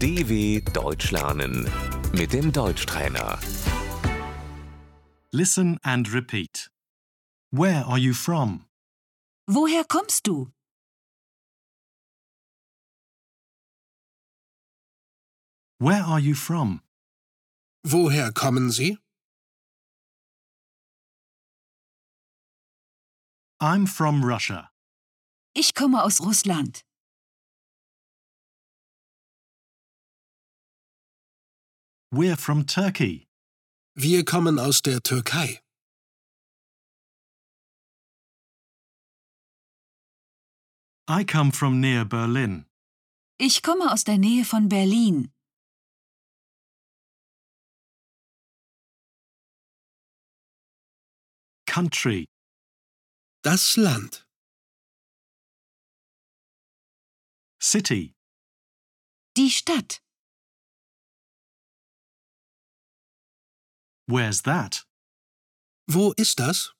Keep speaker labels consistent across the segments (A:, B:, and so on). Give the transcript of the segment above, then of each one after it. A: DW Deutsch lernen mit dem Deutschtrainer.
B: Listen and repeat. Where are you from?
C: Woher kommst du?
B: Where are you from?
D: Woher kommen Sie?
B: I'm from Russia.
C: Ich komme aus Russland.
B: We're from Turkey.
D: Wir kommen aus der Türkei.
B: I come from near Berlin.
C: Ich komme aus der Nähe von Berlin.
B: Country.
D: Das Land.
B: City.
C: Die Stadt.
B: Where's that?
D: Wo ist das?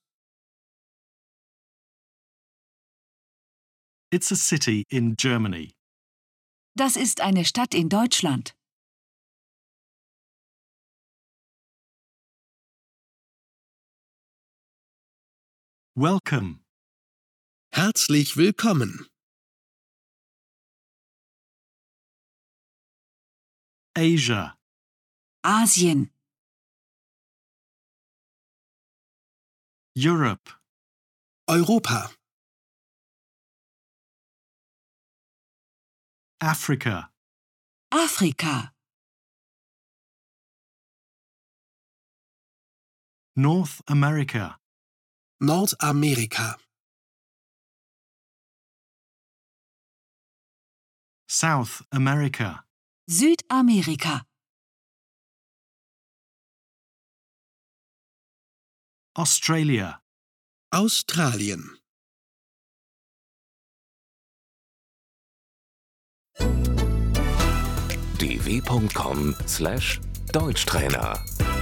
B: It's a city in Germany.
C: Das ist eine Stadt in Deutschland.
B: Welcome.
D: Herzlich willkommen.
B: Asia.
C: Asien.
B: Europe.
D: Europa.
B: Africa.
C: Afrika.
B: North America.
D: Nordamerika.
B: South America.
C: Südamerika.
B: Australia.
D: Australien.
A: dw.com/deutschtrainer